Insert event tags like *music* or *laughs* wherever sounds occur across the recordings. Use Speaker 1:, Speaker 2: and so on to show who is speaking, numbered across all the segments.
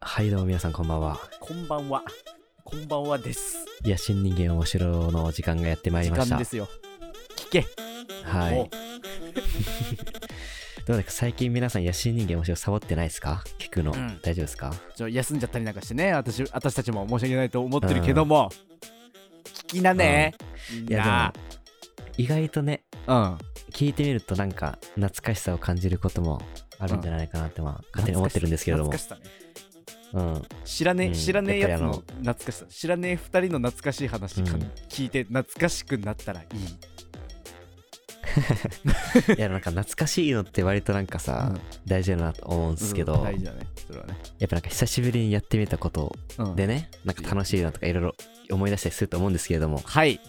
Speaker 1: はいどうも皆さんこんばんは。
Speaker 2: こんばんは。こんばんはです。
Speaker 1: 野心人間お城のお時間がやってまいり
Speaker 2: 時
Speaker 1: ました。
Speaker 2: 間ですよ。聞け。
Speaker 1: は
Speaker 2: も
Speaker 1: い。
Speaker 2: う
Speaker 1: どうですか最近皆さん野心人間お城サボってないですか聞くの、
Speaker 2: うん
Speaker 1: 大丈夫ですか
Speaker 2: ちょ休んじゃったりなんかしてね、私私たちも申し訳ないと思ってるけども、聞きなね。みん
Speaker 1: いや
Speaker 2: な
Speaker 1: でも意外とね、
Speaker 2: うん。
Speaker 1: 聞いてみるとなんか懐かしさを感じることもあるんじゃないかなってまあ勝手に思ってるんですけれども。
Speaker 2: 懐かしさね
Speaker 1: うん。
Speaker 2: 知らねえ、
Speaker 1: うん
Speaker 2: 知らねえやつ
Speaker 1: やっ
Speaker 2: の
Speaker 1: ぱ
Speaker 2: 懐かしさ。知らねえ二人の懐かしい話か、
Speaker 1: うん
Speaker 2: 聞いて懐かしくなったらいい。
Speaker 1: いやなんか懐かしいのって割となんかさ、
Speaker 2: うん
Speaker 1: 大事だなと思うんですけど、
Speaker 2: うん
Speaker 1: やっ
Speaker 2: 大事だね。それはね。
Speaker 1: ぱなんか久しぶりにやってみたこと
Speaker 2: うん
Speaker 1: でね、なんか楽しいなとかいろいろ思い出したりすると思うんですけれども、
Speaker 2: はい。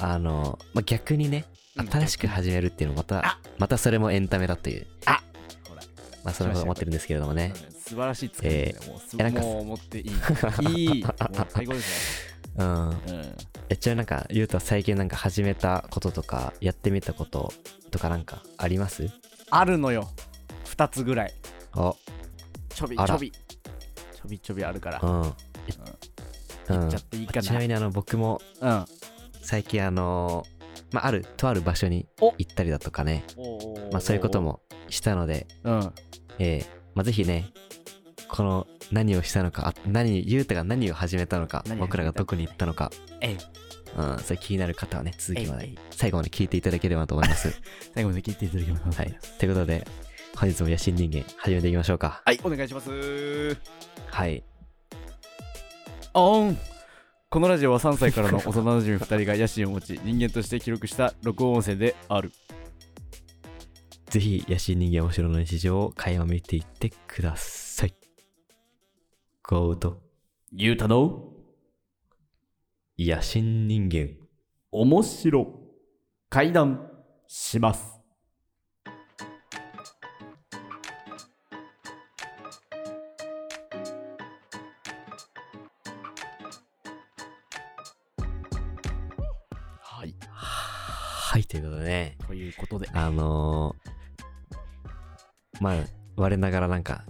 Speaker 1: あの、まあ、逆にね、新しく
Speaker 2: うん
Speaker 1: 始めるっていうのもまた
Speaker 2: あ、
Speaker 1: またそれもエンタメだという、
Speaker 2: ほら
Speaker 1: まあ、それも思ってるんですけれどもね。
Speaker 2: 素晴らしい作りですね、もうす
Speaker 1: いやなんか
Speaker 2: もう思っていいいいもう最高です
Speaker 1: うん。
Speaker 2: ね、うん、
Speaker 1: え、ちなみになんか、ゆうとは最近なんか始めたこととか、やってみたこととかなんかあります
Speaker 2: あるのよ2つぐらい
Speaker 1: あ、
Speaker 2: ちょび
Speaker 1: あ
Speaker 2: ち
Speaker 1: ら
Speaker 2: ょびちょびちょびあるから
Speaker 1: う
Speaker 2: い
Speaker 1: ん。う
Speaker 2: っ
Speaker 1: ん
Speaker 2: ちゃ。っていいか
Speaker 1: ちなみにあの、僕も
Speaker 2: なうん
Speaker 1: 最近あの、まあ、ある、とある場所に
Speaker 2: お
Speaker 1: 行ったりだとかね、
Speaker 2: おーおーおー
Speaker 1: まあ、そういうこともしたので、
Speaker 2: うん
Speaker 1: えーまあ、ぜひね、この何をしたのか、あ何、ゆうたが何を始めたのか
Speaker 2: 何、を始めたのか
Speaker 1: 僕らがどこに行ったのか、
Speaker 2: えい
Speaker 1: うん、それ気になる方はね、続きま
Speaker 2: えいえ
Speaker 1: で
Speaker 2: い、
Speaker 1: 最後まで聞いていただければと思います。
Speaker 2: *laughs* 最後まで聞いていただきます
Speaker 1: はい。ということで、本日も野心人間、始めていきましょうか。
Speaker 2: はいお願いします
Speaker 1: はい。
Speaker 2: オンこのラジオは3歳からの幼馴染2人が野心を持ち人間として記録した録音音声である
Speaker 1: ぜひ、野心人間お城の日常を垣間見ていってください。ゴード、
Speaker 2: ゆうたの
Speaker 1: 野心人間。
Speaker 2: 面白会談しますはい
Speaker 1: はい、ということでね、
Speaker 2: ということで
Speaker 1: あのー、まあ、我ながらなんか、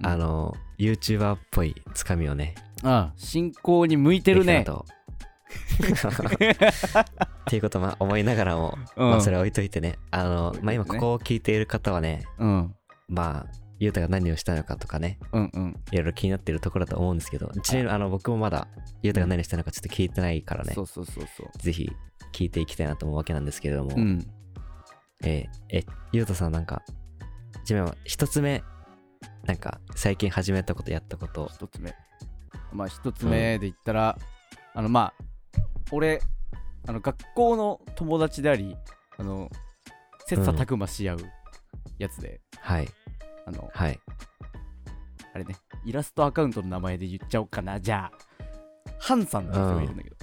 Speaker 2: うん
Speaker 1: あのー、YouTuber っぽいつかみをね、
Speaker 2: あ進行に向いてる
Speaker 1: でき
Speaker 2: ね *laughs*
Speaker 1: たなと。っていうことも思いながらも、まあ、それは置いといてね、あの、
Speaker 2: 置いといてね
Speaker 1: まあ、今ここを聞いている方はね、
Speaker 2: うん
Speaker 1: まあ、ゆうたが何をしたのかとかね、
Speaker 2: うんうん
Speaker 1: いろいろ気になってるところだと思うんですけど、ちなみにあの僕もまだゆうたが何をしたのかちょっと聞いてないからね
Speaker 2: そ、うそうそうそう
Speaker 1: ぜひ聞いていきたいなと思うわけなんですけれども、
Speaker 2: うん
Speaker 1: えーえ、ゆうたさんなんか、一面は一つ目、なんか最近始めたことやったこと、
Speaker 2: 一つ目まあ一つ目で言ったら、あのまあ俺あの学校の友達でありあの切磋琢磨し合うやつで、
Speaker 1: はい、
Speaker 2: あの
Speaker 1: はい。
Speaker 2: あれねイラストアカウントの名前で言っちゃおうかなじゃあハンさんってやつがいるんだけど、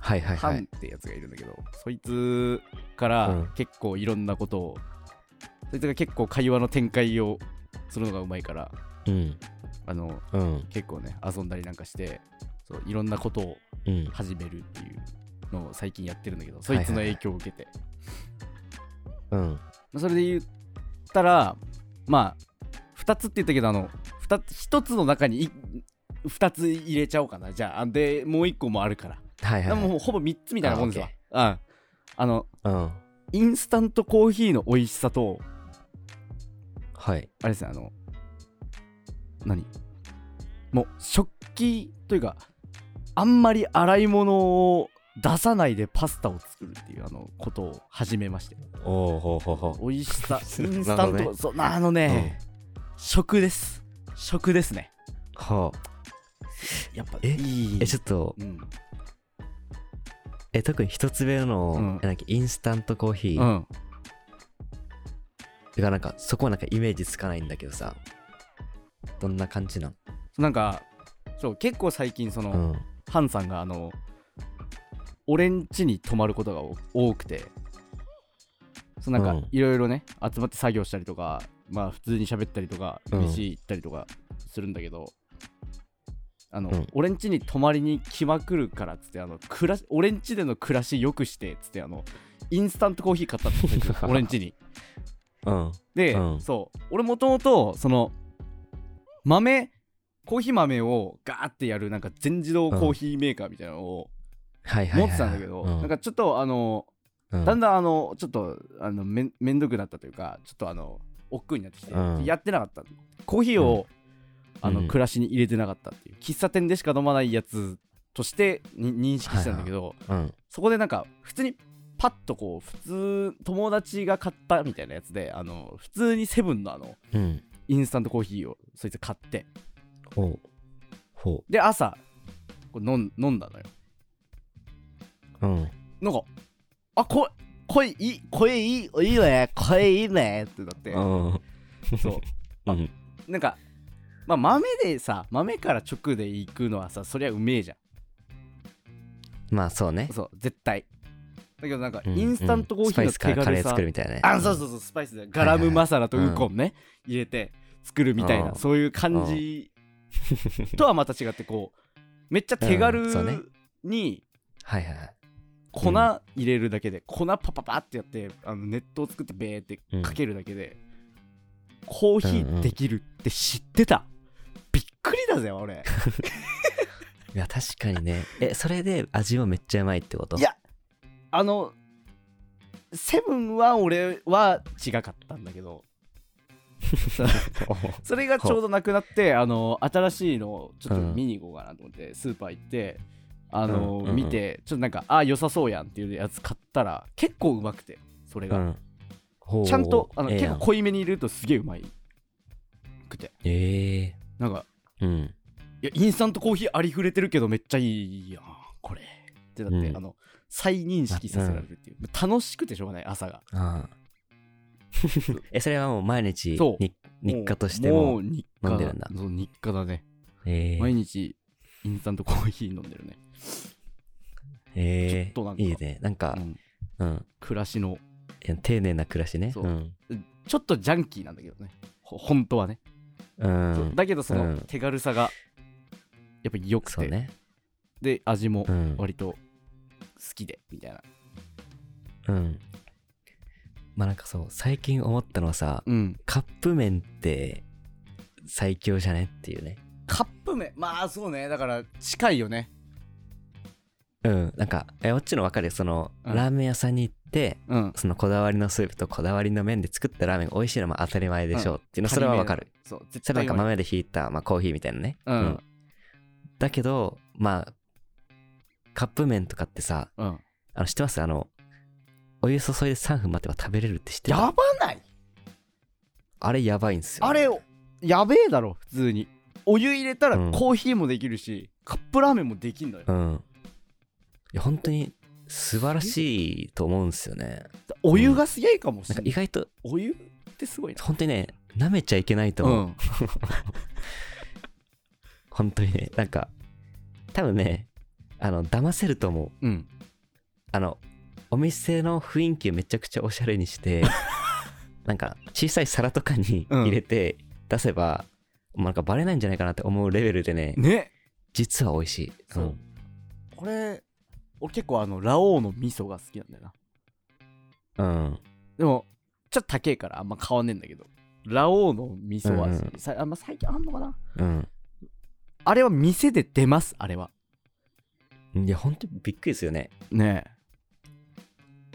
Speaker 1: はいはい
Speaker 2: ハ
Speaker 1: は
Speaker 2: ン
Speaker 1: い。
Speaker 2: ってやつがいるんだけどそいつから
Speaker 1: うん
Speaker 2: 結構いろんなことを、そいつが結構会話の展開をするのがうまいから
Speaker 1: うん、
Speaker 2: あの
Speaker 1: うん、
Speaker 2: 結構ね遊んだりなんかしてそういろんなことを
Speaker 1: うん。
Speaker 2: 始めるっていうのを最近やってるんだけどそいつの影響を受けて、
Speaker 1: うん、
Speaker 2: まあそれで言ったらまあ2つって言ったけどあの2つ1つの中に2つ入れちゃおうかなじゃあでもう1個もあるから、
Speaker 1: はいはい
Speaker 2: で
Speaker 1: はい。
Speaker 2: ももうほぼ3つみたいなもんですわうんあの
Speaker 1: うん、
Speaker 2: インスタントコーヒーの美味しさと
Speaker 1: はい。
Speaker 2: あれですねあの何もう食器というかあんまり洗い物を出さないでパスタを作るっていうあのことを始めまして
Speaker 1: おおほうほうほう。
Speaker 2: 美味しさイン
Speaker 1: *laughs*
Speaker 2: ス
Speaker 1: な
Speaker 2: タ
Speaker 1: るほ
Speaker 2: ン
Speaker 1: ど
Speaker 2: ト
Speaker 1: ね
Speaker 2: そうなあのね、食です食ですね
Speaker 1: はあ、
Speaker 2: やっぱ
Speaker 1: え
Speaker 2: いい
Speaker 1: え、ちょっと、
Speaker 2: うん、
Speaker 1: え特に一つ目の、
Speaker 2: うん
Speaker 1: なんかインスタントコーヒ
Speaker 2: う
Speaker 1: ー
Speaker 2: ん、
Speaker 1: がなんか、そこはなんかイメージつかないんだけどさどんな感じなん
Speaker 2: なんかそう結構最近その、
Speaker 1: うん
Speaker 2: ハンさんがあの俺ん家に泊まることが多くてそうなん
Speaker 1: う
Speaker 2: か
Speaker 1: ん
Speaker 2: いろいろね、集まって作業したりとかまあ普通に喋ったりとか
Speaker 1: うん
Speaker 2: 飯行ったりとかするんだけど、あの、
Speaker 1: うん
Speaker 2: 俺ん家に泊まりに来まくるからっつってあの暮らし俺ん家での暮らしよくしてっつってあのインスタントコーヒー
Speaker 1: *laughs*
Speaker 2: 買ったんですよ俺ん家に
Speaker 1: うん
Speaker 2: で、
Speaker 1: うん
Speaker 2: そう俺もともとその豆コーヒー豆をガーってやるなんか全自動コーヒーメーカーみたいなのを
Speaker 1: はいはいはい、
Speaker 2: 持ってたんだけど、
Speaker 1: う
Speaker 2: なんかちょっとあの
Speaker 1: うん
Speaker 2: だんだんあのちょっとあのめんめんどくなったというかちょっとあの億劫になってきて、
Speaker 1: うん
Speaker 2: やってなかったコーヒーを、あの
Speaker 1: うん
Speaker 2: 暮らしに入れてなかったっていう喫茶店でしか飲まないやつとしてに認識してたんだけど、
Speaker 1: うん。
Speaker 2: そこでなんか普通にパッとこう普通友達が買ったみたいなやつであの普通にセブンのあの
Speaker 1: うん。
Speaker 2: インスタントコーヒーをそいつ買って
Speaker 1: ほう。ほ
Speaker 2: で朝こう飲ん飲んだのよ
Speaker 1: う。うん。
Speaker 2: なんかあこ声いい声いいいいね声いいねってなって
Speaker 1: うん。
Speaker 2: そう
Speaker 1: うん。
Speaker 2: なんか、まあ、豆でさ豆から直で行くのはさそりゃうめえじゃ
Speaker 1: まあそうね
Speaker 2: ん。そう絶対だけどなんか
Speaker 1: うん
Speaker 2: インスタントコーヒーの
Speaker 1: スパイ
Speaker 2: 手
Speaker 1: スからカレー
Speaker 2: 軽さ、
Speaker 1: 作るみたいなね。
Speaker 2: あそうそうそうスパイスでガラムマサラとウコンね、入れて作るみたいな、
Speaker 1: うん
Speaker 2: そういう感じとはまた違ってこうめっちゃ手
Speaker 1: うんそうね
Speaker 2: 軽に
Speaker 1: はいはいはい。
Speaker 2: 粉
Speaker 1: うん
Speaker 2: 入れるだけで、粉パパパってやってあのネットを作ってベーって
Speaker 1: うん
Speaker 2: かけるだけで、コーヒーできるって知ってた、びっくりだぜ俺
Speaker 1: いや、確かにね。え、それで味はめっちゃうまいってこと
Speaker 2: いやあのセブンは俺は違かったんだけ
Speaker 1: *laughs*
Speaker 2: どそうそれがちょうどなくなってあの新しいのをちょっと
Speaker 1: うん
Speaker 2: 見に行こうかなと思って、スーパー行ってあの、
Speaker 1: うんうんうん
Speaker 2: 見てちょっとなんかあ良さそうやんっていうやつ買ったら結構うまくてそ
Speaker 1: *laughs*
Speaker 2: れ
Speaker 1: う
Speaker 2: が、
Speaker 1: ん。ほう
Speaker 2: ちゃんとあの
Speaker 1: ええ
Speaker 2: 結
Speaker 1: やん
Speaker 2: 構濃いめに入れるとすげえうまいくて
Speaker 1: ええ
Speaker 2: なんか
Speaker 1: うん。
Speaker 2: いやインスタントコーヒーありふれてるけどめっちゃいいやんこれってだって、
Speaker 1: うん
Speaker 2: あの再認識させられるっていう、楽しくてしょうがない朝が *laughs*
Speaker 1: ああ。え、それはもう毎日
Speaker 2: そう
Speaker 1: に日課として
Speaker 2: も
Speaker 1: も
Speaker 2: う。日課
Speaker 1: 飲んでるんだ
Speaker 2: そう日課だね、
Speaker 1: え
Speaker 2: 毎
Speaker 1: え
Speaker 2: 日インスタントコーヒー飲んでるね、
Speaker 1: ええ
Speaker 2: ちょっとなんか
Speaker 1: いいね。なんか
Speaker 2: う、ん
Speaker 1: うん。
Speaker 2: 暮らしの
Speaker 1: いや丁寧な暮らしね。。
Speaker 2: そううんちょっとジャンキーなんだけどねほ本当はね、
Speaker 1: う。
Speaker 2: そうんだけどそうの
Speaker 1: ん
Speaker 2: 手軽さがやっぱ良く
Speaker 1: そう
Speaker 2: て、
Speaker 1: ね。
Speaker 2: で味も
Speaker 1: うん。
Speaker 2: 割と好きでみたいな
Speaker 1: うん。まあなんかそう、最近思ったのはさ、
Speaker 2: うん
Speaker 1: カップ麺って最強じゃねっていうね。
Speaker 2: カップ麺まあそうねだから近いよね
Speaker 1: うん。なんか、え、こっちのわかるよ。その、
Speaker 2: うん
Speaker 1: ラーメン屋さんに行って、
Speaker 2: うん
Speaker 1: そのこだわりのスープとこだわりの麺で作ったラーメンが美味しいのも当たり前でしょうっていうの、それはわかる。
Speaker 2: そう絶
Speaker 1: それ
Speaker 2: 対
Speaker 1: なんか
Speaker 2: うまい
Speaker 1: 豆でひいた、まあ、コーヒーみたいなね。
Speaker 2: うん
Speaker 1: だけど、まあ、カップ麺とかってさ、
Speaker 2: うん
Speaker 1: あの、知ってますあの、お湯注いで3分待てば食べれるって知って
Speaker 2: や
Speaker 1: た
Speaker 2: ばない
Speaker 1: あれやばいんですよ。
Speaker 2: あれをやべえだろ普通にお湯入れたら
Speaker 1: うん
Speaker 2: コーヒーもできるし、カップラーメンもできんのよ
Speaker 1: うん。いや、本当に素晴らしいと思うんですよね。
Speaker 2: お湯がすげえかもし
Speaker 1: なん
Speaker 2: れ
Speaker 1: か
Speaker 2: ない、
Speaker 1: 意外と、
Speaker 2: お湯ってすごいな
Speaker 1: 本当にね、舐めちゃいけないと思う。
Speaker 2: ん
Speaker 1: 本当にね、なんか、多分ね、あの、騙せると思う。
Speaker 2: うん
Speaker 1: あの、お店の雰囲気をめちゃくちゃおしゃれに
Speaker 2: *laughs*
Speaker 1: して、なんか小さい皿とかに
Speaker 2: うん
Speaker 1: 入れて出せば、もうなんかバレないんじゃないかなって思うレベルでね、
Speaker 2: ね
Speaker 1: 実は美味しい。
Speaker 2: そうんこれ俺結構あのラオウの味噌が好きなんだよな
Speaker 1: うん。
Speaker 2: でもちょっと高えからあんま買わねえんだけどラオウの味噌味、
Speaker 1: うんう
Speaker 2: さあんま最近あんのかな
Speaker 1: うん。
Speaker 2: あれは店で出ますあれはい
Speaker 1: や、本当にびっくりですよね。
Speaker 2: ね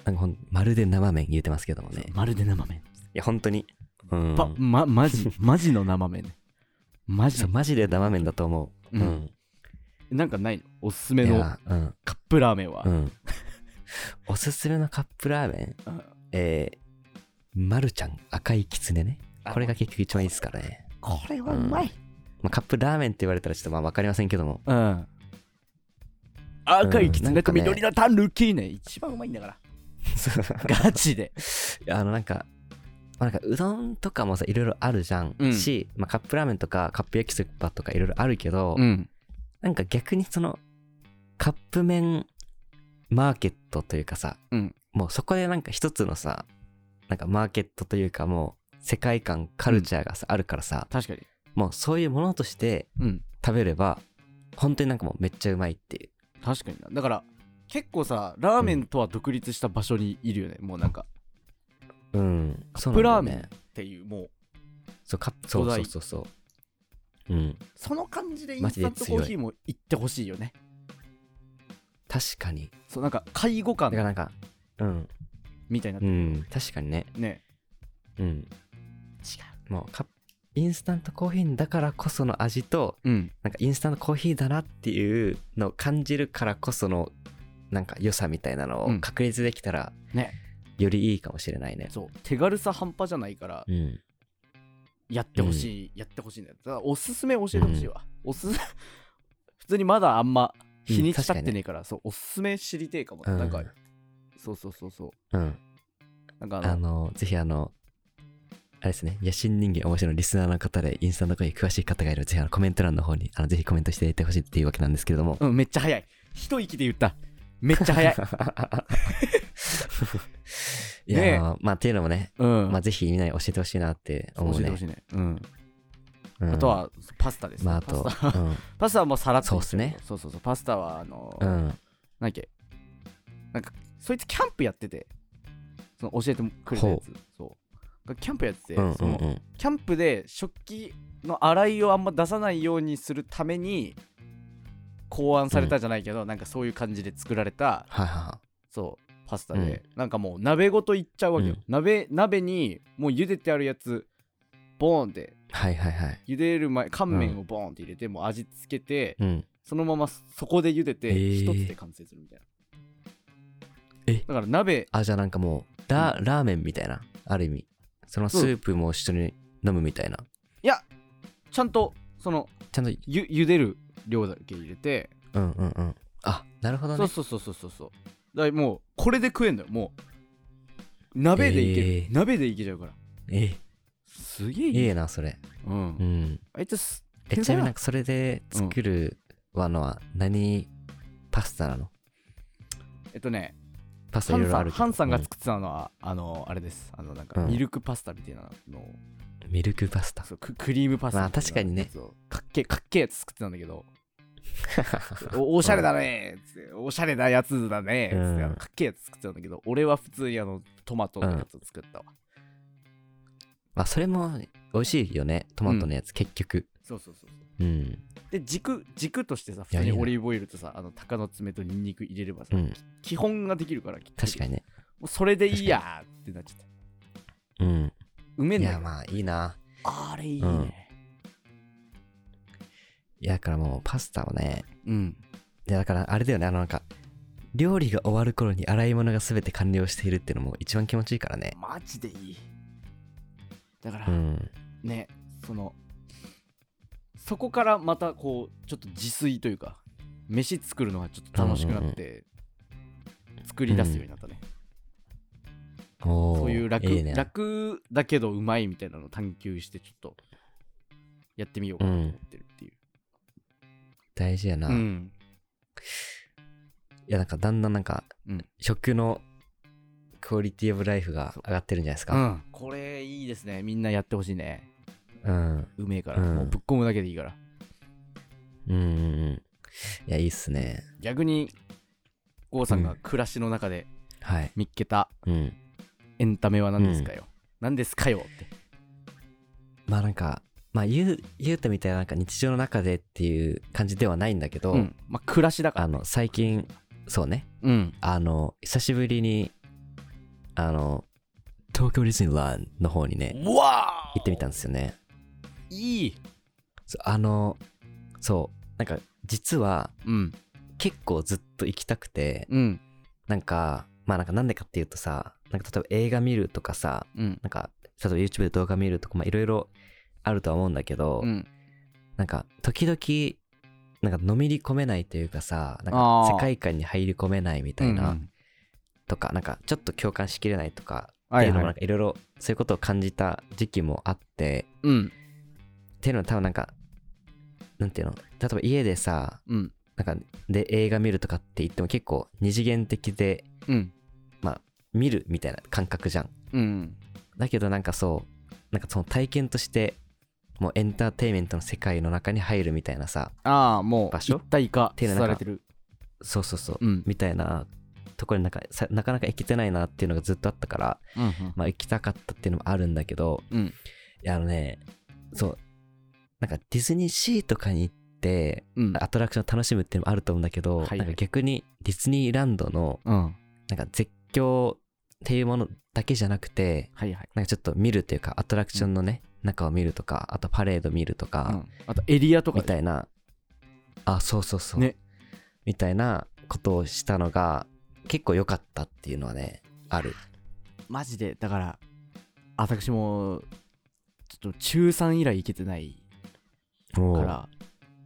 Speaker 1: なんかほんまるで生麺入れてますけども
Speaker 2: え、
Speaker 1: ね。い
Speaker 2: まるで生麺、
Speaker 1: や、本当に。うん。
Speaker 2: ばまマジマジの
Speaker 1: *laughs*
Speaker 2: 生麺ねマジ
Speaker 1: そう、マジで生麺だと思う。
Speaker 2: うん
Speaker 1: うん。
Speaker 2: なんかないのおすすめ
Speaker 1: い
Speaker 2: の
Speaker 1: や、うん。
Speaker 2: カップラーメンは、
Speaker 1: うん。 *laughs* おすすめのカップラーメン
Speaker 2: うん
Speaker 1: えー、まるちゃん赤いきつねね。これが結局一番いいですからね。
Speaker 2: これはうまい、
Speaker 1: まあ、カップラーメンって言われたらちょっとまあ分かりませんけど
Speaker 2: *laughs*
Speaker 1: も
Speaker 2: うん赤いきつ
Speaker 1: な
Speaker 2: ね
Speaker 1: ん
Speaker 2: と
Speaker 1: かね
Speaker 2: 緑のタンルキーね一番うまいんだ
Speaker 1: *laughs*
Speaker 2: からガチで
Speaker 1: あのなんか,、まあ、なんかうどんとかもさいろいろあるじゃん、
Speaker 2: うん
Speaker 1: し、まあ、カップラーメンとかカップ焼きそばとかいろいろあるけど、
Speaker 2: ん
Speaker 1: なんか逆にそのカップ麺マーケットというかさ、
Speaker 2: うん
Speaker 1: もうそこでなんか一つのさなんかマーケットというかもう世界観カルチャーがさ、あるからさ
Speaker 2: 確かに
Speaker 1: もうそういうものとして
Speaker 2: うん
Speaker 1: 食べれば本当になんかもうめっちゃうまいっていう
Speaker 2: 確かになだから結構さラーメンとは独立した場所にいるよね、もうなんか
Speaker 1: うん
Speaker 2: カップラーメン
Speaker 1: そうなんだよね
Speaker 2: っていうもう
Speaker 1: そうカップそう
Speaker 2: 巨
Speaker 1: そ
Speaker 2: 大
Speaker 1: うそうそううん。
Speaker 2: その感じでイン
Speaker 1: マジ
Speaker 2: ス
Speaker 1: で
Speaker 2: タントコ
Speaker 1: 強い
Speaker 2: ーヒーもいってほしいよね
Speaker 1: 確かに。
Speaker 2: そうなんか介護
Speaker 1: だか
Speaker 2: 感
Speaker 1: らなんか、うん。
Speaker 2: みたいになって
Speaker 1: う
Speaker 2: る
Speaker 1: ん。確かにね。
Speaker 2: ね
Speaker 1: うん。もうカップインスタントコーヒーだからこその味と、
Speaker 2: 違ううん
Speaker 1: なんかインスタントコーヒーだなっていうのを感じるからこその、なんか良さみたいなの
Speaker 2: う
Speaker 1: を
Speaker 2: ん
Speaker 1: 確立できたら、
Speaker 2: ね
Speaker 1: よりいいかもしれないね。
Speaker 2: そう手軽さ半端じゃないから
Speaker 1: うん。
Speaker 2: やってほしい、やってほしいんだよだからおすすめ教えてほしいわ、おすす *laughs* 普通にまだあんま日にち経ってねえから、そうおすすめ知りてえかも、
Speaker 1: うん
Speaker 2: なんかそうそうそうそう
Speaker 1: うん。
Speaker 2: なんかあの
Speaker 1: あの、ぜひあの、あれですね、野心人間面白いリスナーの方でインスタントコーヒー詳しい方がいるらぜひあのコメント欄の方にあのぜひコメントしていってほしいっていうわけなんですけれども。
Speaker 2: うんめっちゃ早い一息で言っためっちゃ早い
Speaker 1: *laughs* いやー
Speaker 2: ねえ
Speaker 1: まあっていうのもね、
Speaker 2: うん、
Speaker 1: まあぜひみんなに教えてほしいなって
Speaker 2: 教
Speaker 1: 思う
Speaker 2: えて
Speaker 1: ね
Speaker 2: ほし。いね、うん、
Speaker 1: うん
Speaker 2: あと、はパスタです、ね
Speaker 1: まああと
Speaker 2: パスタ、
Speaker 1: うん
Speaker 2: パスタはもうさらっと
Speaker 1: そうっすね
Speaker 2: そうそうそうパスタはあの
Speaker 1: う
Speaker 2: ー *laughs*
Speaker 1: ん。
Speaker 2: なんだっけなんかそいつキャンプやっててその教えてくれたやつそうキャンプやってて、
Speaker 1: うんう
Speaker 2: そ
Speaker 1: ん
Speaker 2: の
Speaker 1: うん。
Speaker 2: キャンプで食器の洗いをあんま出さないようにするために考案されたじゃないけど、なんかそういう感じで作られた
Speaker 1: はいはいは
Speaker 2: そうパスタで、なんかもう鍋ごといっちゃうわけよ、
Speaker 1: うん
Speaker 2: 鍋鍋にもう茹でてあるやつボーンって
Speaker 1: い。はいはいはい。
Speaker 2: 茹でる前乾麺をボーンって入れて、もう味付けて、
Speaker 1: うん。
Speaker 2: そのままそこで茹でて
Speaker 1: へー
Speaker 2: 一つで完成するみたいな、
Speaker 1: え
Speaker 2: だから鍋
Speaker 1: あ、じゃあなんかもう、ララーメンみたいな、ある意味。そのスープも一緒に飲むみたいな。
Speaker 2: いやちゃんとその
Speaker 1: ちゃんと、
Speaker 2: ゆ茹でる量だけ入れて
Speaker 1: うんうんうん。あ、なるほど
Speaker 2: そ
Speaker 1: ね
Speaker 2: う。そうそうそうそうそうだからもうこれで食えんのよもう鍋でいける、
Speaker 1: えー
Speaker 2: 鍋でいけちゃうから
Speaker 1: え、
Speaker 2: すげえい
Speaker 1: い
Speaker 2: い、
Speaker 1: いな、それ。
Speaker 2: うん
Speaker 1: うん。
Speaker 2: あいつす
Speaker 1: え、
Speaker 2: 手
Speaker 1: ちなみに
Speaker 2: が
Speaker 1: なんかそれで作るはのは何パスタなの
Speaker 2: えっとね
Speaker 1: パスタ
Speaker 2: ハ
Speaker 1: いろ
Speaker 2: ン
Speaker 1: いろ
Speaker 2: さ
Speaker 1: あ
Speaker 2: ん
Speaker 1: るけど。
Speaker 2: ハンさんが
Speaker 1: うん
Speaker 2: 作ってたのは、あのあれですあのなんか
Speaker 1: うん
Speaker 2: ミルクパスタみたいなのを、
Speaker 1: ミルクパス
Speaker 2: *laughs*
Speaker 1: タ。
Speaker 2: そうククリームパスタ
Speaker 1: まあ確かにね
Speaker 2: みたいなやつをかっけえかっけえやつ作ってたんだけどおおしゃれだねーつっておしゃれなやつだねーつって、
Speaker 1: うん
Speaker 2: あのかっけえやつ作ってたんだけど俺は普通にあのトマトのやつを作ったわ、
Speaker 1: まあ、それも美味しいよね。トマトのやつ、結局。
Speaker 2: そうそうそうそ
Speaker 1: う
Speaker 2: う
Speaker 1: ん。
Speaker 2: で軸軸としてさ普
Speaker 1: や
Speaker 2: 通に
Speaker 1: いいな
Speaker 2: オリーブオイルとさあの鷹の爪とニンニク入れればさ、
Speaker 1: うん。
Speaker 2: 基本ができるから
Speaker 1: 確か
Speaker 2: に
Speaker 1: にね。
Speaker 2: もうそれでいいやーってなっちゃった
Speaker 1: うん。
Speaker 2: うめえん
Speaker 1: い
Speaker 2: だよ
Speaker 1: や、まあ、いいな。
Speaker 2: あれいいね
Speaker 1: いや、だからもうパスタをね。
Speaker 2: うん、
Speaker 1: いや、だからあれだよね。あの、なんか、料理が終わる頃に洗い物が全て完了しているっていうのも一番気持ちいいからね。
Speaker 2: マジでいいだから、
Speaker 1: うん。
Speaker 2: ねそのそこからまたこうちょっと自炊というか飯作るのがちょっと楽しくなって、作り出すようになったね、
Speaker 1: おー
Speaker 2: そういう楽
Speaker 1: いいね。
Speaker 2: 楽だけどうまいみたいなのを探求してちょっとやってみようかなと思ってるっていう、
Speaker 1: 大事やな。
Speaker 2: うん
Speaker 1: いや、なんかだんだんなんか、
Speaker 2: うん
Speaker 1: 食のクオリティオブライフが上がってるんじゃないです
Speaker 2: う
Speaker 1: か。
Speaker 2: ん、これいいですねみんなやってほしいね
Speaker 1: うん。
Speaker 2: うめえから、
Speaker 1: うん
Speaker 2: もうぶっ込むだけでいいから
Speaker 1: うん。うんうん。いや、いいっすね。
Speaker 2: 逆に郷さ
Speaker 1: う
Speaker 2: んが
Speaker 1: ん
Speaker 2: 暮らしの中で
Speaker 1: はい。
Speaker 2: 見っけた
Speaker 1: うん。
Speaker 2: エンタメは何ですかよ、何ですかよって
Speaker 1: まあなんか、まあ言う、言うたみたいななんか日常の中でっていう感じではないんだけど、
Speaker 2: うん、まあ暮らしだから
Speaker 1: あの、最近、そうね、
Speaker 2: うん
Speaker 1: あの、久しぶりに、あの、東京ディズニーランドの方にね、
Speaker 2: うわー
Speaker 1: 行ってみたんですよね。
Speaker 2: いい
Speaker 1: そうあの、そう、なんか実は
Speaker 2: うん
Speaker 1: 結構ずっと行きたくて、
Speaker 2: うん
Speaker 1: なんか、まあなんかなんでかっていうとさ、なんか例えば映画見るとかさ、
Speaker 2: うん
Speaker 1: なんか例えば YouTube で動画見るとか、まあいろいろあるとは思うんだけど、
Speaker 2: うん
Speaker 1: なんか時々、なんかのめり込めないというかさ、なん
Speaker 2: あ
Speaker 1: か
Speaker 2: ー
Speaker 1: 世界観に入り込めないみたいなとか、なんかちょっと共感しきれないとか、っ
Speaker 2: は
Speaker 1: てい
Speaker 2: いう
Speaker 1: のもな
Speaker 2: は
Speaker 1: ん
Speaker 2: い
Speaker 1: かいろいろそういうことを感じた時期もあって、
Speaker 2: うん
Speaker 1: っていうのは多分なんか、なんていうの、例えば家でさ、
Speaker 2: うん
Speaker 1: なんかで映画見るとかって言っても結構二次元的で
Speaker 2: うん
Speaker 1: 見るみたいな感覚じゃん。
Speaker 2: うん
Speaker 1: だけどなんかそうなんかその体験としてもうエンターテインメントの世界の中に入るみたいなさ
Speaker 2: ああもう
Speaker 1: 場所
Speaker 2: 一体化
Speaker 1: 手の中
Speaker 2: されてる
Speaker 1: そうそうそう、
Speaker 2: うん
Speaker 1: みたいなところになんかさなかなか行けてないなっていうのがずっとあったから、
Speaker 2: うん
Speaker 1: まあ、行きたかったっていうのもあるんだけど
Speaker 2: うん
Speaker 1: いやあのねそうなんかディズニーシーとかに行って、
Speaker 2: うん
Speaker 1: アトラクションを楽しむっていうのもあると思うんだけど、
Speaker 2: はいはい
Speaker 1: なんか逆にディズニーランドの
Speaker 2: うん
Speaker 1: なんか絶叫っていうものだけじゃなくて、
Speaker 2: はいはい、
Speaker 1: なんかちょっと見るっていうか、アトラクションのね、中を見るとか、あとパレード見ると
Speaker 2: う
Speaker 1: か、
Speaker 2: ん、あとエリアとか
Speaker 1: みたいな、あ、そうそうそう、
Speaker 2: ね
Speaker 1: みたいなことをしたのが、結構良かったっていうのはね、ある。
Speaker 2: マジでだから私もちょっと中3以来行けてない
Speaker 1: お
Speaker 2: か
Speaker 1: ー
Speaker 2: ら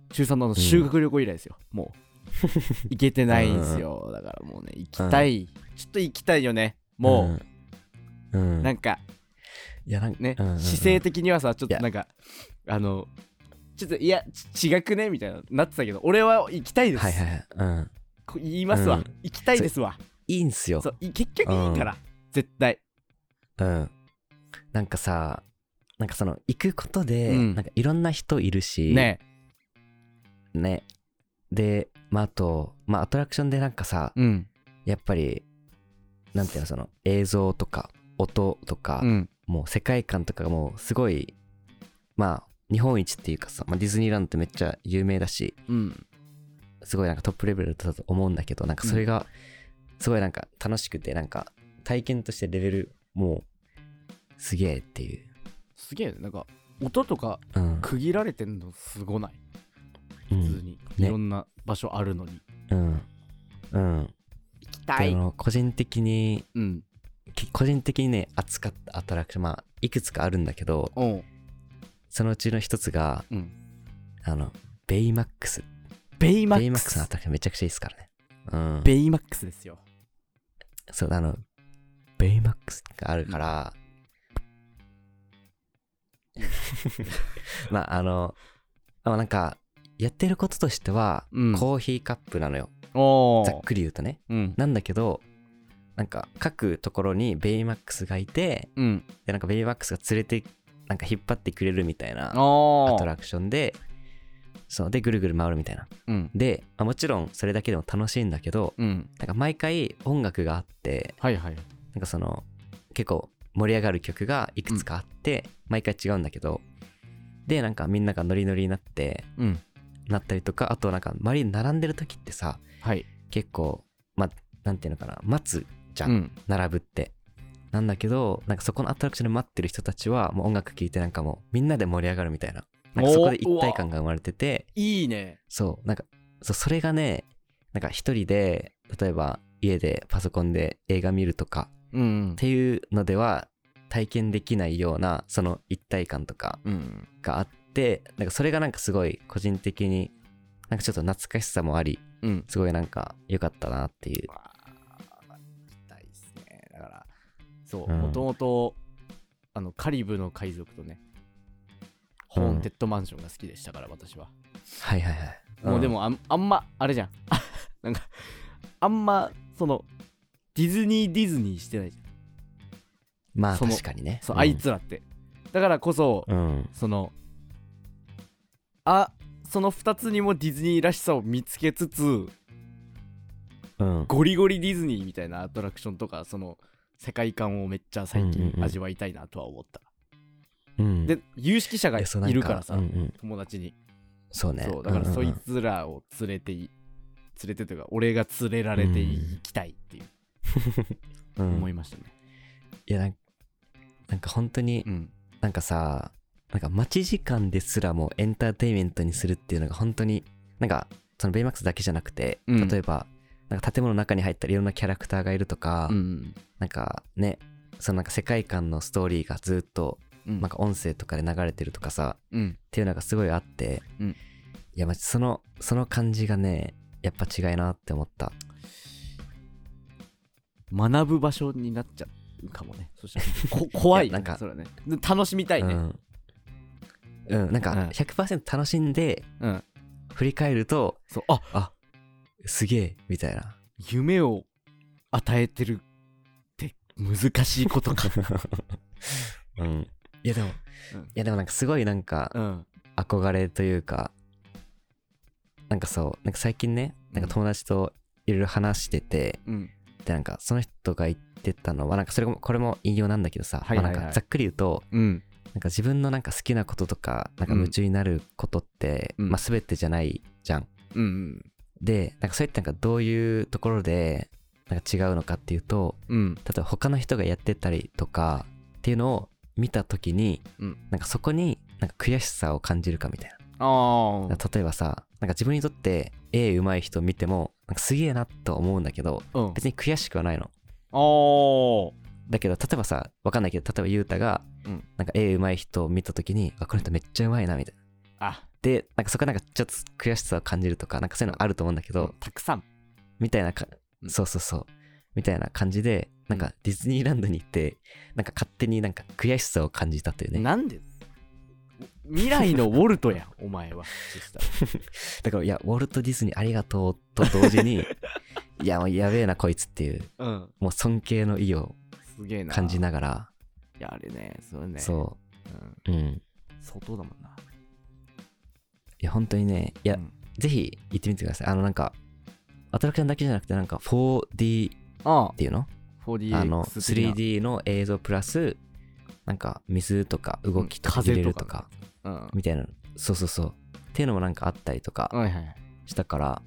Speaker 2: 中3のあの修学旅行以来ですよ、もう *laughs* 行けてないんですよだからもうね行きたい、ちょっと行きたいよねも
Speaker 1: うん、うん
Speaker 2: う、なんか
Speaker 1: いやなんか
Speaker 2: ね、
Speaker 1: うんうんうん
Speaker 2: 姿勢的にはさちょ
Speaker 1: い
Speaker 2: っと
Speaker 1: や
Speaker 2: なんかあのちょっといやち違くねみたいななってたけど俺は行きたいです、
Speaker 1: はいはいはい、うん、
Speaker 2: こ言いますわ、
Speaker 1: うん
Speaker 2: 行きたいですわ
Speaker 1: いいんすよ
Speaker 2: そうい結局いいから、絶対
Speaker 1: うん、なんかさなんかその行くことで、
Speaker 2: うん
Speaker 1: なんかいろんな人いるし
Speaker 2: ね
Speaker 1: ねでまああと、まあ、アトラクションでなんかさ、
Speaker 2: うん
Speaker 1: やっぱりなんていうのその映像とか音とか、
Speaker 2: うん
Speaker 1: もう世界観とかがもうすごいまあ日本一っていうかさ、まあ、ディズニーランドってめっちゃ有名だし
Speaker 2: うん
Speaker 1: すごいなんかトップレベルだと思うんだけどなんかそれがすごいなんか楽しくてなんか体験としてレベルもうすげえっていう、
Speaker 2: すげえなんか音とか
Speaker 1: うん、
Speaker 2: 区切られてんのすごない
Speaker 1: うん
Speaker 2: 普通に、
Speaker 1: ね
Speaker 2: いろんな場所あるのに
Speaker 1: うん。うん。
Speaker 2: 行き
Speaker 1: であの個人的に、
Speaker 2: うん
Speaker 1: き個人的にね、熱かったアトラクション、まあ、いくつかあるんだけど、
Speaker 2: おう
Speaker 1: そのうちの一つが、
Speaker 2: うん
Speaker 1: あの、ベイマックス。
Speaker 2: ベイマ
Speaker 1: ベイ
Speaker 2: ッ
Speaker 1: マ
Speaker 2: ク
Speaker 1: ックスのア
Speaker 2: ス
Speaker 1: トラクションめちゃくちゃいいですからね。うん。
Speaker 2: ベイマックスですよ
Speaker 1: そう、あの、ベイマックスがある
Speaker 2: *laughs*
Speaker 1: から、まあ、あの、まあ、なんか、やってることとしては、
Speaker 2: うん
Speaker 1: コーヒーカップなのよ。
Speaker 2: お
Speaker 1: ざっくり言うとね。
Speaker 2: うん
Speaker 1: なんだけど、なんか各ところにベイマックスがいて、
Speaker 2: うん
Speaker 1: で、なんかベイマックスが連れて、なんか引っ張ってくれるみたいな
Speaker 2: お
Speaker 1: ア
Speaker 2: ー
Speaker 1: トラクションで、そう、で、ぐるぐる回るみたいな。
Speaker 2: うん
Speaker 1: で、まあもちろんそれだけでも楽しいんだけど、
Speaker 2: うん
Speaker 1: なんか毎回音楽があって、
Speaker 2: はいはい
Speaker 1: なんかその、結構盛り上がる曲がいくつかあって、毎回違うんだけど、で、なんかみんながノリノリになって、
Speaker 2: うん
Speaker 1: なったりとか、あとなんか周りに並んでる時ってさ、
Speaker 2: はい
Speaker 1: 結構、まあ、なんていうのかな、待つじゃ
Speaker 2: うんん
Speaker 1: 並ぶって。なんだけど、なんかそこのアトラクションで待ってる人たちは、もう音楽聴いてなんかもうみんなで盛り上がるみたいな。なんかそこで一体感が生まれてて、
Speaker 2: いいね
Speaker 1: そう、なんか、そう、それがね、なんか一人で、例えば家でパソコンで映画見るとか
Speaker 2: うん
Speaker 1: っていうのでは体験できないような、その一体感とか
Speaker 2: うん
Speaker 1: があって、なんかそれがなんかすごい個人的に、なんかちょっと懐かしさもあり、
Speaker 2: うん
Speaker 1: すごいなんか良かったなっていう。
Speaker 2: わー行きたいっすねだからそう
Speaker 1: うん
Speaker 2: もともとあのカリブの海賊とねホーンテッドマンションが好きでしたから私は
Speaker 1: はいはいはい。
Speaker 2: もうで
Speaker 1: ん、
Speaker 2: もあんあんまあれじゃん *laughs* なんかあんまそのディズニーディズニーしてないじゃん
Speaker 1: まあ
Speaker 2: その
Speaker 1: 確かにね。
Speaker 2: そう、
Speaker 1: ん
Speaker 2: あいつらってだからこそ、
Speaker 1: うん。
Speaker 2: そのあその2つにもディズニーらしさを見つけつつ
Speaker 1: うん。
Speaker 2: ゴリゴリディズニーみたいなアトラクションとかその世界観をめっちゃ最
Speaker 1: うんうん
Speaker 2: 近
Speaker 1: うん
Speaker 2: 味わいたいなとは思った、
Speaker 1: うん、
Speaker 2: で有識者が
Speaker 1: い
Speaker 2: い
Speaker 1: やそうなん
Speaker 2: るからさ、
Speaker 1: うんうん
Speaker 2: 友達に
Speaker 1: そうね。
Speaker 2: そうだから
Speaker 1: んんん
Speaker 2: そいつらを連れてい連れてというか俺が連れられていきたいっていう
Speaker 1: うん
Speaker 2: 思いましたね、
Speaker 1: いやなんか、なんか本当に、
Speaker 2: うん、
Speaker 1: なんかさ、なんか待ち時間ですらもエンターテインメントにするっていうのが本当に、なんか、そのベイマックスだけじゃなくて、
Speaker 2: うん
Speaker 1: 例えば、なんか建物の中に入ったらいろんなキャラクターがいるとか、
Speaker 2: うん
Speaker 1: なんかね、そのなんか世界観のストーリーがずっと、
Speaker 2: うん
Speaker 1: なんか音声とかで流れてるとかさ、
Speaker 2: うん
Speaker 1: っていうのがすごいあって、
Speaker 2: うん
Speaker 1: いやまじそのその感じがねやっぱ違いなって思った
Speaker 2: 学ぶ場所になっちゃうかもねそしたらこ *laughs* 怖
Speaker 1: い
Speaker 2: い
Speaker 1: やなんか
Speaker 2: それはねで楽しみたいね
Speaker 1: うん、うん、なんか
Speaker 2: うん
Speaker 1: 100%楽しんで
Speaker 2: うん、
Speaker 1: 振り返ると
Speaker 2: そうあ
Speaker 1: すげえみたいな
Speaker 2: 夢を与えてるって難しいことか
Speaker 1: *laughs* うんいやでも、
Speaker 2: うん
Speaker 1: いやでもなんかすごいなんか
Speaker 2: *laughs* うん
Speaker 1: 憧れというかなんかそうなんか最近ねなんか友達といろいろ話してて、
Speaker 2: うん
Speaker 1: でなんかその人が言ってたのはなんかそれもこれも引用なんだけどさ、
Speaker 2: はいはいはい
Speaker 1: まあなんかざっくり言うと
Speaker 2: うん
Speaker 1: なんか自分のなんか好きなこととかなんか
Speaker 2: うん
Speaker 1: 夢中になることって、
Speaker 2: うん
Speaker 1: まあ、全てじゃないじゃん。
Speaker 2: うんうん
Speaker 1: でなんかそれってなんかどういうところでなんか違うのかっていうと
Speaker 2: うん
Speaker 1: 例えば他の人がやってたりとかっていうのを見た時に、
Speaker 2: うん
Speaker 1: なんかそこになんか悔しさを感じるかみたいな。
Speaker 2: ああ
Speaker 1: 例えばさなんか自分にとって絵上手い人見てもなんかすげえなと思うんだけど
Speaker 2: うん
Speaker 1: 別に悔しくはないの
Speaker 2: あー
Speaker 1: だけど例えばさわかんないけど例えばゆうたが、
Speaker 2: うん
Speaker 1: なんか絵上手い人を見た時にあこの人めっちゃ上手いなみたいな
Speaker 2: あ
Speaker 1: でなんかそこはなんかちょっと悔しさを感じるとかなんかそういうのあると思うんだけど、
Speaker 2: たくさん
Speaker 1: みたいなか
Speaker 2: うん
Speaker 1: そうそうそうみたいな感じでなん
Speaker 2: う
Speaker 1: かディズニーランドに行ってなんか勝手になんか悔しさを感じたというね
Speaker 2: なんで未来のウォルトやん *laughs* お前はそしたら
Speaker 1: だからいやウォルト・ディズニーありがとうと同時
Speaker 2: *laughs*
Speaker 1: にいやもうやべえなこいつっていう
Speaker 2: うん
Speaker 1: もう尊敬の意を
Speaker 2: すげえな
Speaker 1: 感じながら、
Speaker 2: いやあれねそれねう、
Speaker 1: そ
Speaker 2: ん、
Speaker 1: ううん
Speaker 2: 相当だもんない
Speaker 1: や本当にねいや、
Speaker 2: うん
Speaker 1: ぜひ行ってみてくださいあのなんかアトラクションだけじゃなくてなんか 4D っ
Speaker 2: あ
Speaker 1: ていうの
Speaker 2: あ 4DX
Speaker 1: あの
Speaker 2: 的な
Speaker 1: 3D の映像プラスなんか水とか動きとか
Speaker 2: うん
Speaker 1: 入れる
Speaker 2: 風と
Speaker 1: と
Speaker 2: か
Speaker 1: か
Speaker 2: うん
Speaker 1: みたいなそうそうそうっていうのもなんかあったりとか
Speaker 2: はいはいはい
Speaker 1: したから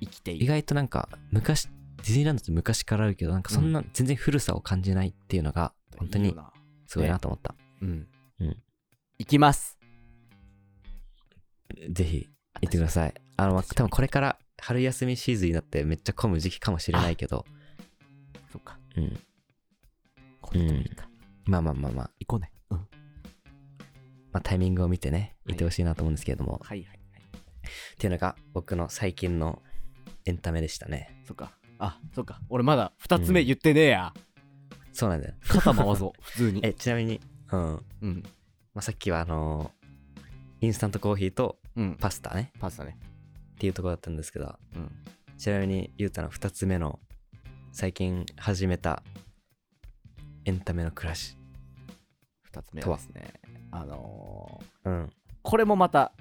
Speaker 2: 生きてい
Speaker 1: 意
Speaker 2: る
Speaker 1: 外となんか昔ディズニーランドって昔からあるけどなんかそんな全然古さを感じないっていうのが本当
Speaker 2: いい
Speaker 1: に
Speaker 2: よな
Speaker 1: すごいなと思った
Speaker 2: うん
Speaker 1: うん
Speaker 2: 行きます
Speaker 1: ぜひ行ってくださいあのまあ多分これから春休みシーズンになってめっちゃ混む時期かもしれないけど
Speaker 2: そっか
Speaker 1: うん
Speaker 2: これでもいいか、
Speaker 1: まあまあまあまあ
Speaker 2: 行こうねうんは
Speaker 1: まあタイミングを見てね
Speaker 2: はい
Speaker 1: 行ってほしいなと思うんですけれども、
Speaker 2: いはいはい
Speaker 1: っていうのが僕の最近のエンタメでしたね
Speaker 2: そっかあそっか俺まだ2つ目言ってねえ *laughs* や、
Speaker 1: そうなんだよ
Speaker 2: 肩回そう普 *laughs* 通に
Speaker 1: えちなみにうん、ま
Speaker 2: うん
Speaker 1: あ、さっきはあのーインスタントコーヒーと
Speaker 2: うん
Speaker 1: パスタね
Speaker 2: パスタね
Speaker 1: っていうところだったんですけど
Speaker 2: うん
Speaker 1: ちなみにゆうたの2つ目の最近始めたエンタメの暮らし
Speaker 2: 2つ目はですねあのー、
Speaker 1: うん
Speaker 2: これもまた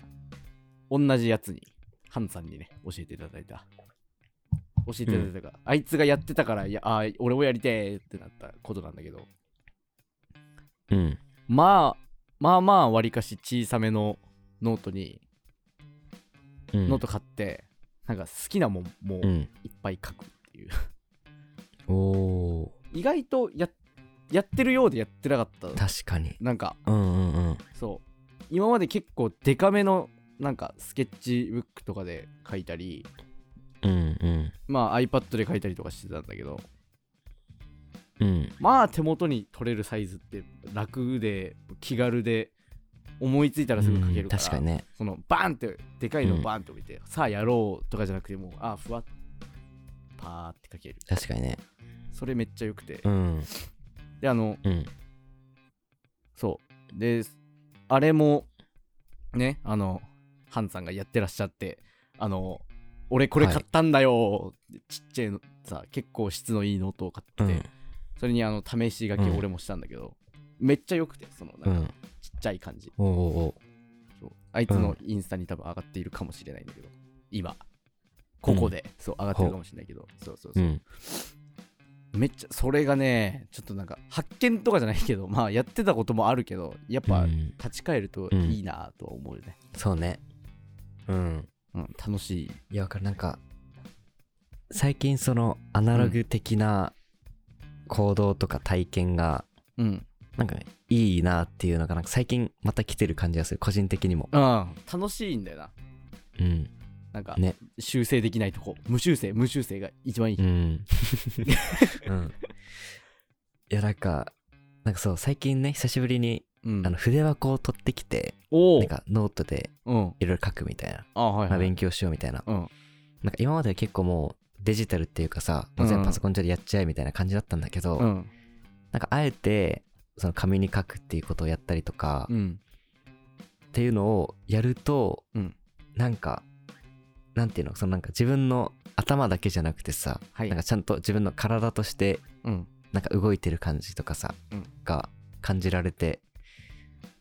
Speaker 2: 同じやつにハンさんにね教えていただいた教えていただいたか、あいつがやってたからいやあー俺もやりてーってなったことなんだけど
Speaker 1: うん
Speaker 2: まあまあまあわりかし小さめのノートに
Speaker 1: うん
Speaker 2: ノート買って、なんか好きなもんも
Speaker 1: う
Speaker 2: うんいっぱい書くっていう、 *laughs*
Speaker 1: おお
Speaker 2: 意外とややってるようでやってなかった
Speaker 1: 確かに
Speaker 2: なんか
Speaker 1: うんうんうん
Speaker 2: そう今まで結構デカめのなんかスケッチブックとかで書いたり
Speaker 1: うんうん
Speaker 2: まあ iPad で書いたりとかしてたんだけど
Speaker 1: うん
Speaker 2: まあ手元に取れるサイズって楽で気軽で思いついたらすぐ書けるから、
Speaker 1: 確かにね
Speaker 2: そのバーンってでかいの
Speaker 1: うん
Speaker 2: バーンって置いて、さあやろうとかじゃなくてもうああふわっパーって書ける
Speaker 1: 確かにね
Speaker 2: それめっちゃ良くて、
Speaker 1: うん
Speaker 2: であの
Speaker 1: うん
Speaker 2: そうであれもねあのハンさんがやってらっしゃってあの俺これ買ったんだよ、ちっちゃいのさ結構質のいいノートを買
Speaker 1: う
Speaker 2: って、
Speaker 1: ん
Speaker 2: それにあの試し書き
Speaker 1: うん
Speaker 2: 俺もしたんだけど、めっちゃ良くてその
Speaker 1: う
Speaker 2: なんか
Speaker 1: ん
Speaker 2: ちっちゃい感じ、
Speaker 1: おーおー
Speaker 2: そうあいつのインスタに多分上がっているかもしれないんだけど今ここで、そう上がってるかもしれないけどそうそう
Speaker 1: おーう
Speaker 2: そう、
Speaker 1: ん
Speaker 2: めっちゃそれがねちょっとなんか発見とかじゃないけど *laughs* まあやってたこともあるけどやっぱ
Speaker 1: うん
Speaker 2: 立ち返るといいなとは思うよね、
Speaker 1: そうねうん
Speaker 2: うん楽しい
Speaker 1: いやわかるなんか最近そのアナログ的な行動とか体験が
Speaker 2: うん、
Speaker 1: なんかねいいなっていうのがなんか最近また来てる感じがする個人的にも
Speaker 2: うん、楽しいんだよな
Speaker 1: うん
Speaker 2: なんか、
Speaker 1: ね
Speaker 2: 修正できないとこ無修正無修正が一番いい、
Speaker 1: うん *laughs* うんいやなんかなんかそう最近ね久しぶりに
Speaker 2: うん
Speaker 1: あの筆箱を取ってきて
Speaker 2: おお
Speaker 1: なんかノートで
Speaker 2: うん
Speaker 1: いろいろ書くみたいな、
Speaker 2: あはい、
Speaker 1: まあ、
Speaker 2: はい、
Speaker 1: 勉強しようみたいな
Speaker 2: うん
Speaker 1: なんか今までは結構もうデジタルっていうかさもう
Speaker 2: う
Speaker 1: 全
Speaker 2: んう
Speaker 1: 部
Speaker 2: ん
Speaker 1: パソコン上でやっちゃえみたいな感じだったんだけど、
Speaker 2: うん
Speaker 1: なんかあえてその紙に書くっていうことをやったりとか、
Speaker 2: う
Speaker 1: っ
Speaker 2: ん
Speaker 1: ていうのをやると、
Speaker 2: うん
Speaker 1: なんかなんていうのそのなんか自分の頭だけじゃなくてさ、
Speaker 2: はい
Speaker 1: なんかちゃんと自分の体として
Speaker 2: うん
Speaker 1: なんか動いてる感じとかさ、
Speaker 2: うん
Speaker 1: が感じられて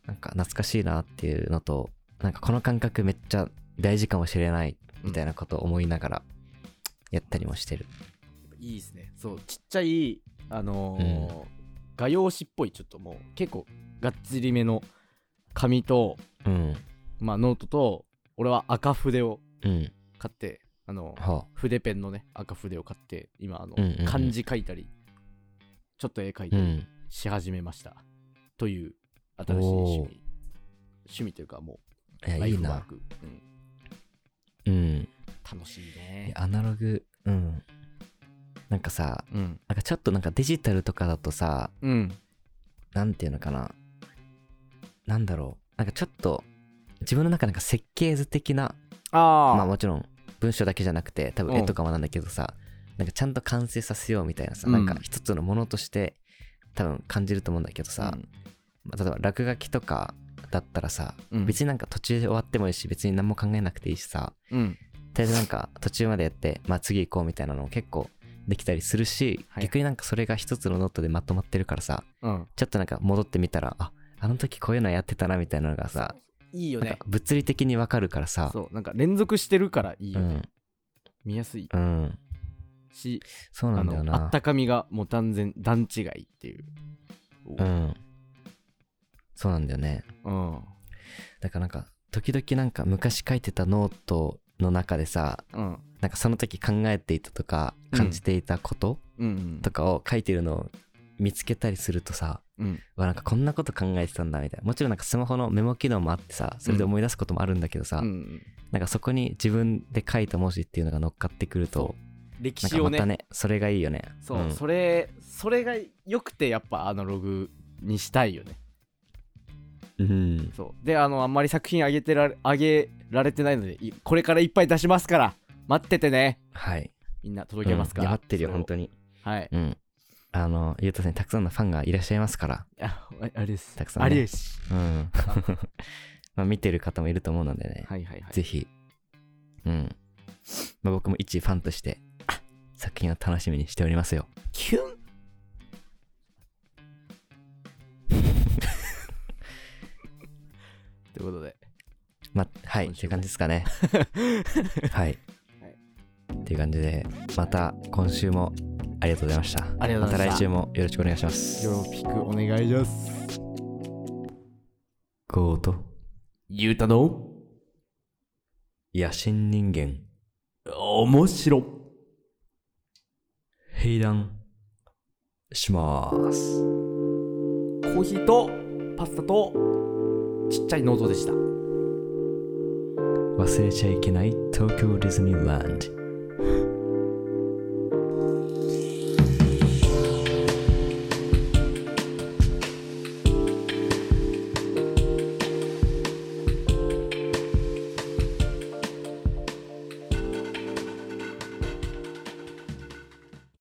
Speaker 1: なんか懐かしいなっていうのとなんかこの感覚めっちゃ大事かもしれないみたいなことを思いながらやったりもしてる。
Speaker 2: いいですねそうちっちゃいあのー画用紙っぽいちょっともう結構がっつりめの紙と、
Speaker 1: うん。
Speaker 2: まあ、ノートと俺は赤筆を
Speaker 1: うん。
Speaker 2: 買ってあの
Speaker 1: は
Speaker 2: 筆ペンのね赤筆を買って今あの
Speaker 1: うんうんうん
Speaker 2: 漢字書いたりちょっと絵描い
Speaker 1: あ。
Speaker 2: た
Speaker 1: う
Speaker 2: り
Speaker 1: ん。
Speaker 2: し始めました、という新しい趣
Speaker 1: おー
Speaker 2: 味趣味というかも
Speaker 1: いうや、
Speaker 2: ラ
Speaker 1: い
Speaker 2: イ
Speaker 1: い
Speaker 2: フワー
Speaker 1: な。
Speaker 2: ク、うん、
Speaker 1: うん。
Speaker 2: 楽しい
Speaker 1: い
Speaker 2: ね
Speaker 1: やアナログ、うん。なんかさ、
Speaker 2: うん
Speaker 1: なんかちょっとなんかデジタルとかだとさ、
Speaker 2: うん
Speaker 1: なんていうのかな。なんだろう。なんかちょっと、自分の中なんか設計図的な、
Speaker 2: あー
Speaker 1: まあもちろん文章だけじゃなくて、多分絵
Speaker 2: うん
Speaker 1: とかもなんだけどさ、なんかちゃんと完成させようみたいなさ、
Speaker 2: うん
Speaker 1: なんか一つのものとして多分感じると思うんだけどさ、
Speaker 2: うん
Speaker 1: まあ例えば落書きとかだったらさ、
Speaker 2: うん
Speaker 1: 別になんか途中で終わってもいいし別に何も考えなくていいしさ
Speaker 2: うん
Speaker 1: とりあえずなんか途中までやって、まあ、次行こうみたいなのも結構できたりするし、
Speaker 2: はい
Speaker 1: 逆になんかそれが一つのノートでまとまってるからさ
Speaker 2: うん
Speaker 1: ちょっとなんか戻ってみたらああの時こういうのやってたなみたいなのがさ、
Speaker 2: いいよ
Speaker 1: なん
Speaker 2: ね
Speaker 1: か物理的にわかるからさ
Speaker 2: そうなんか連続してるからいいよ
Speaker 1: う
Speaker 2: ね、
Speaker 1: ん
Speaker 2: 見やすい
Speaker 1: うん
Speaker 2: し
Speaker 1: そうな
Speaker 2: あ
Speaker 1: んだよ
Speaker 2: のあ
Speaker 1: な
Speaker 2: ったかみがもう断然段違いっていう
Speaker 1: うんそうなんだよね
Speaker 2: うん
Speaker 1: だからなんか時々なんか昔書いてたノートの中でさ
Speaker 2: うん
Speaker 1: なんかその時考えていたとか
Speaker 2: うん
Speaker 1: 感じていたこと
Speaker 2: うん
Speaker 1: とかを書いてるのを見つけたりするとさ、
Speaker 2: うん
Speaker 1: わなんかこんなこと考えてたんだみたいなもちろんなんかスマホのメモ機能もあってさそれで思い出すこともあるんだけどさ、
Speaker 2: うん
Speaker 1: なんかそこに自分で書いた文字っていうのが乗っかってくると
Speaker 2: 歴
Speaker 1: なん
Speaker 2: 史
Speaker 1: か
Speaker 2: を
Speaker 1: ま
Speaker 2: ね
Speaker 1: たねそれがいいよね
Speaker 2: そう、
Speaker 1: ん
Speaker 2: それそれが良くてやっぱアナログにしたいよね
Speaker 1: うん
Speaker 2: そうであのあんまり作品あげてられあげられてないのでいこれからいっぱい出しますから待っててね
Speaker 1: はい
Speaker 2: みんな届けますか
Speaker 1: うんい
Speaker 2: ら、
Speaker 1: や合ってるよ本当
Speaker 2: に
Speaker 1: に
Speaker 2: はい
Speaker 1: うんあのゆうたさんにたくさんのファンがいらっしゃいますから
Speaker 2: あああれです
Speaker 1: たくさんね
Speaker 2: あれです
Speaker 1: うん
Speaker 2: *laughs*
Speaker 1: まあ見てる方もいると思うのでね、
Speaker 2: はいはいはい
Speaker 1: ぜひ、うん。まあ、僕も一ファンとして、作品を楽しみにしておりますよ。
Speaker 2: *laughs* キュンということで
Speaker 1: まあ、はい、
Speaker 2: 今
Speaker 1: っ
Speaker 2: 週
Speaker 1: て
Speaker 2: も
Speaker 1: 感じですか
Speaker 2: *laughs*
Speaker 1: ね。はい。
Speaker 2: は
Speaker 1: っ
Speaker 2: い
Speaker 1: ていう感じで、また今週もありがとうございました。
Speaker 2: ありがとうございま
Speaker 1: た
Speaker 2: した
Speaker 1: 来週もよろしくお願いします。
Speaker 2: よろピクお願いします
Speaker 1: ゴート、
Speaker 2: ゆうたの
Speaker 1: 野心人間、
Speaker 2: 面白
Speaker 1: 閉談、します。
Speaker 2: コーヒーとパスタとちっちゃいノートでした
Speaker 1: 忘れちゃいけない東京ディズニーランド。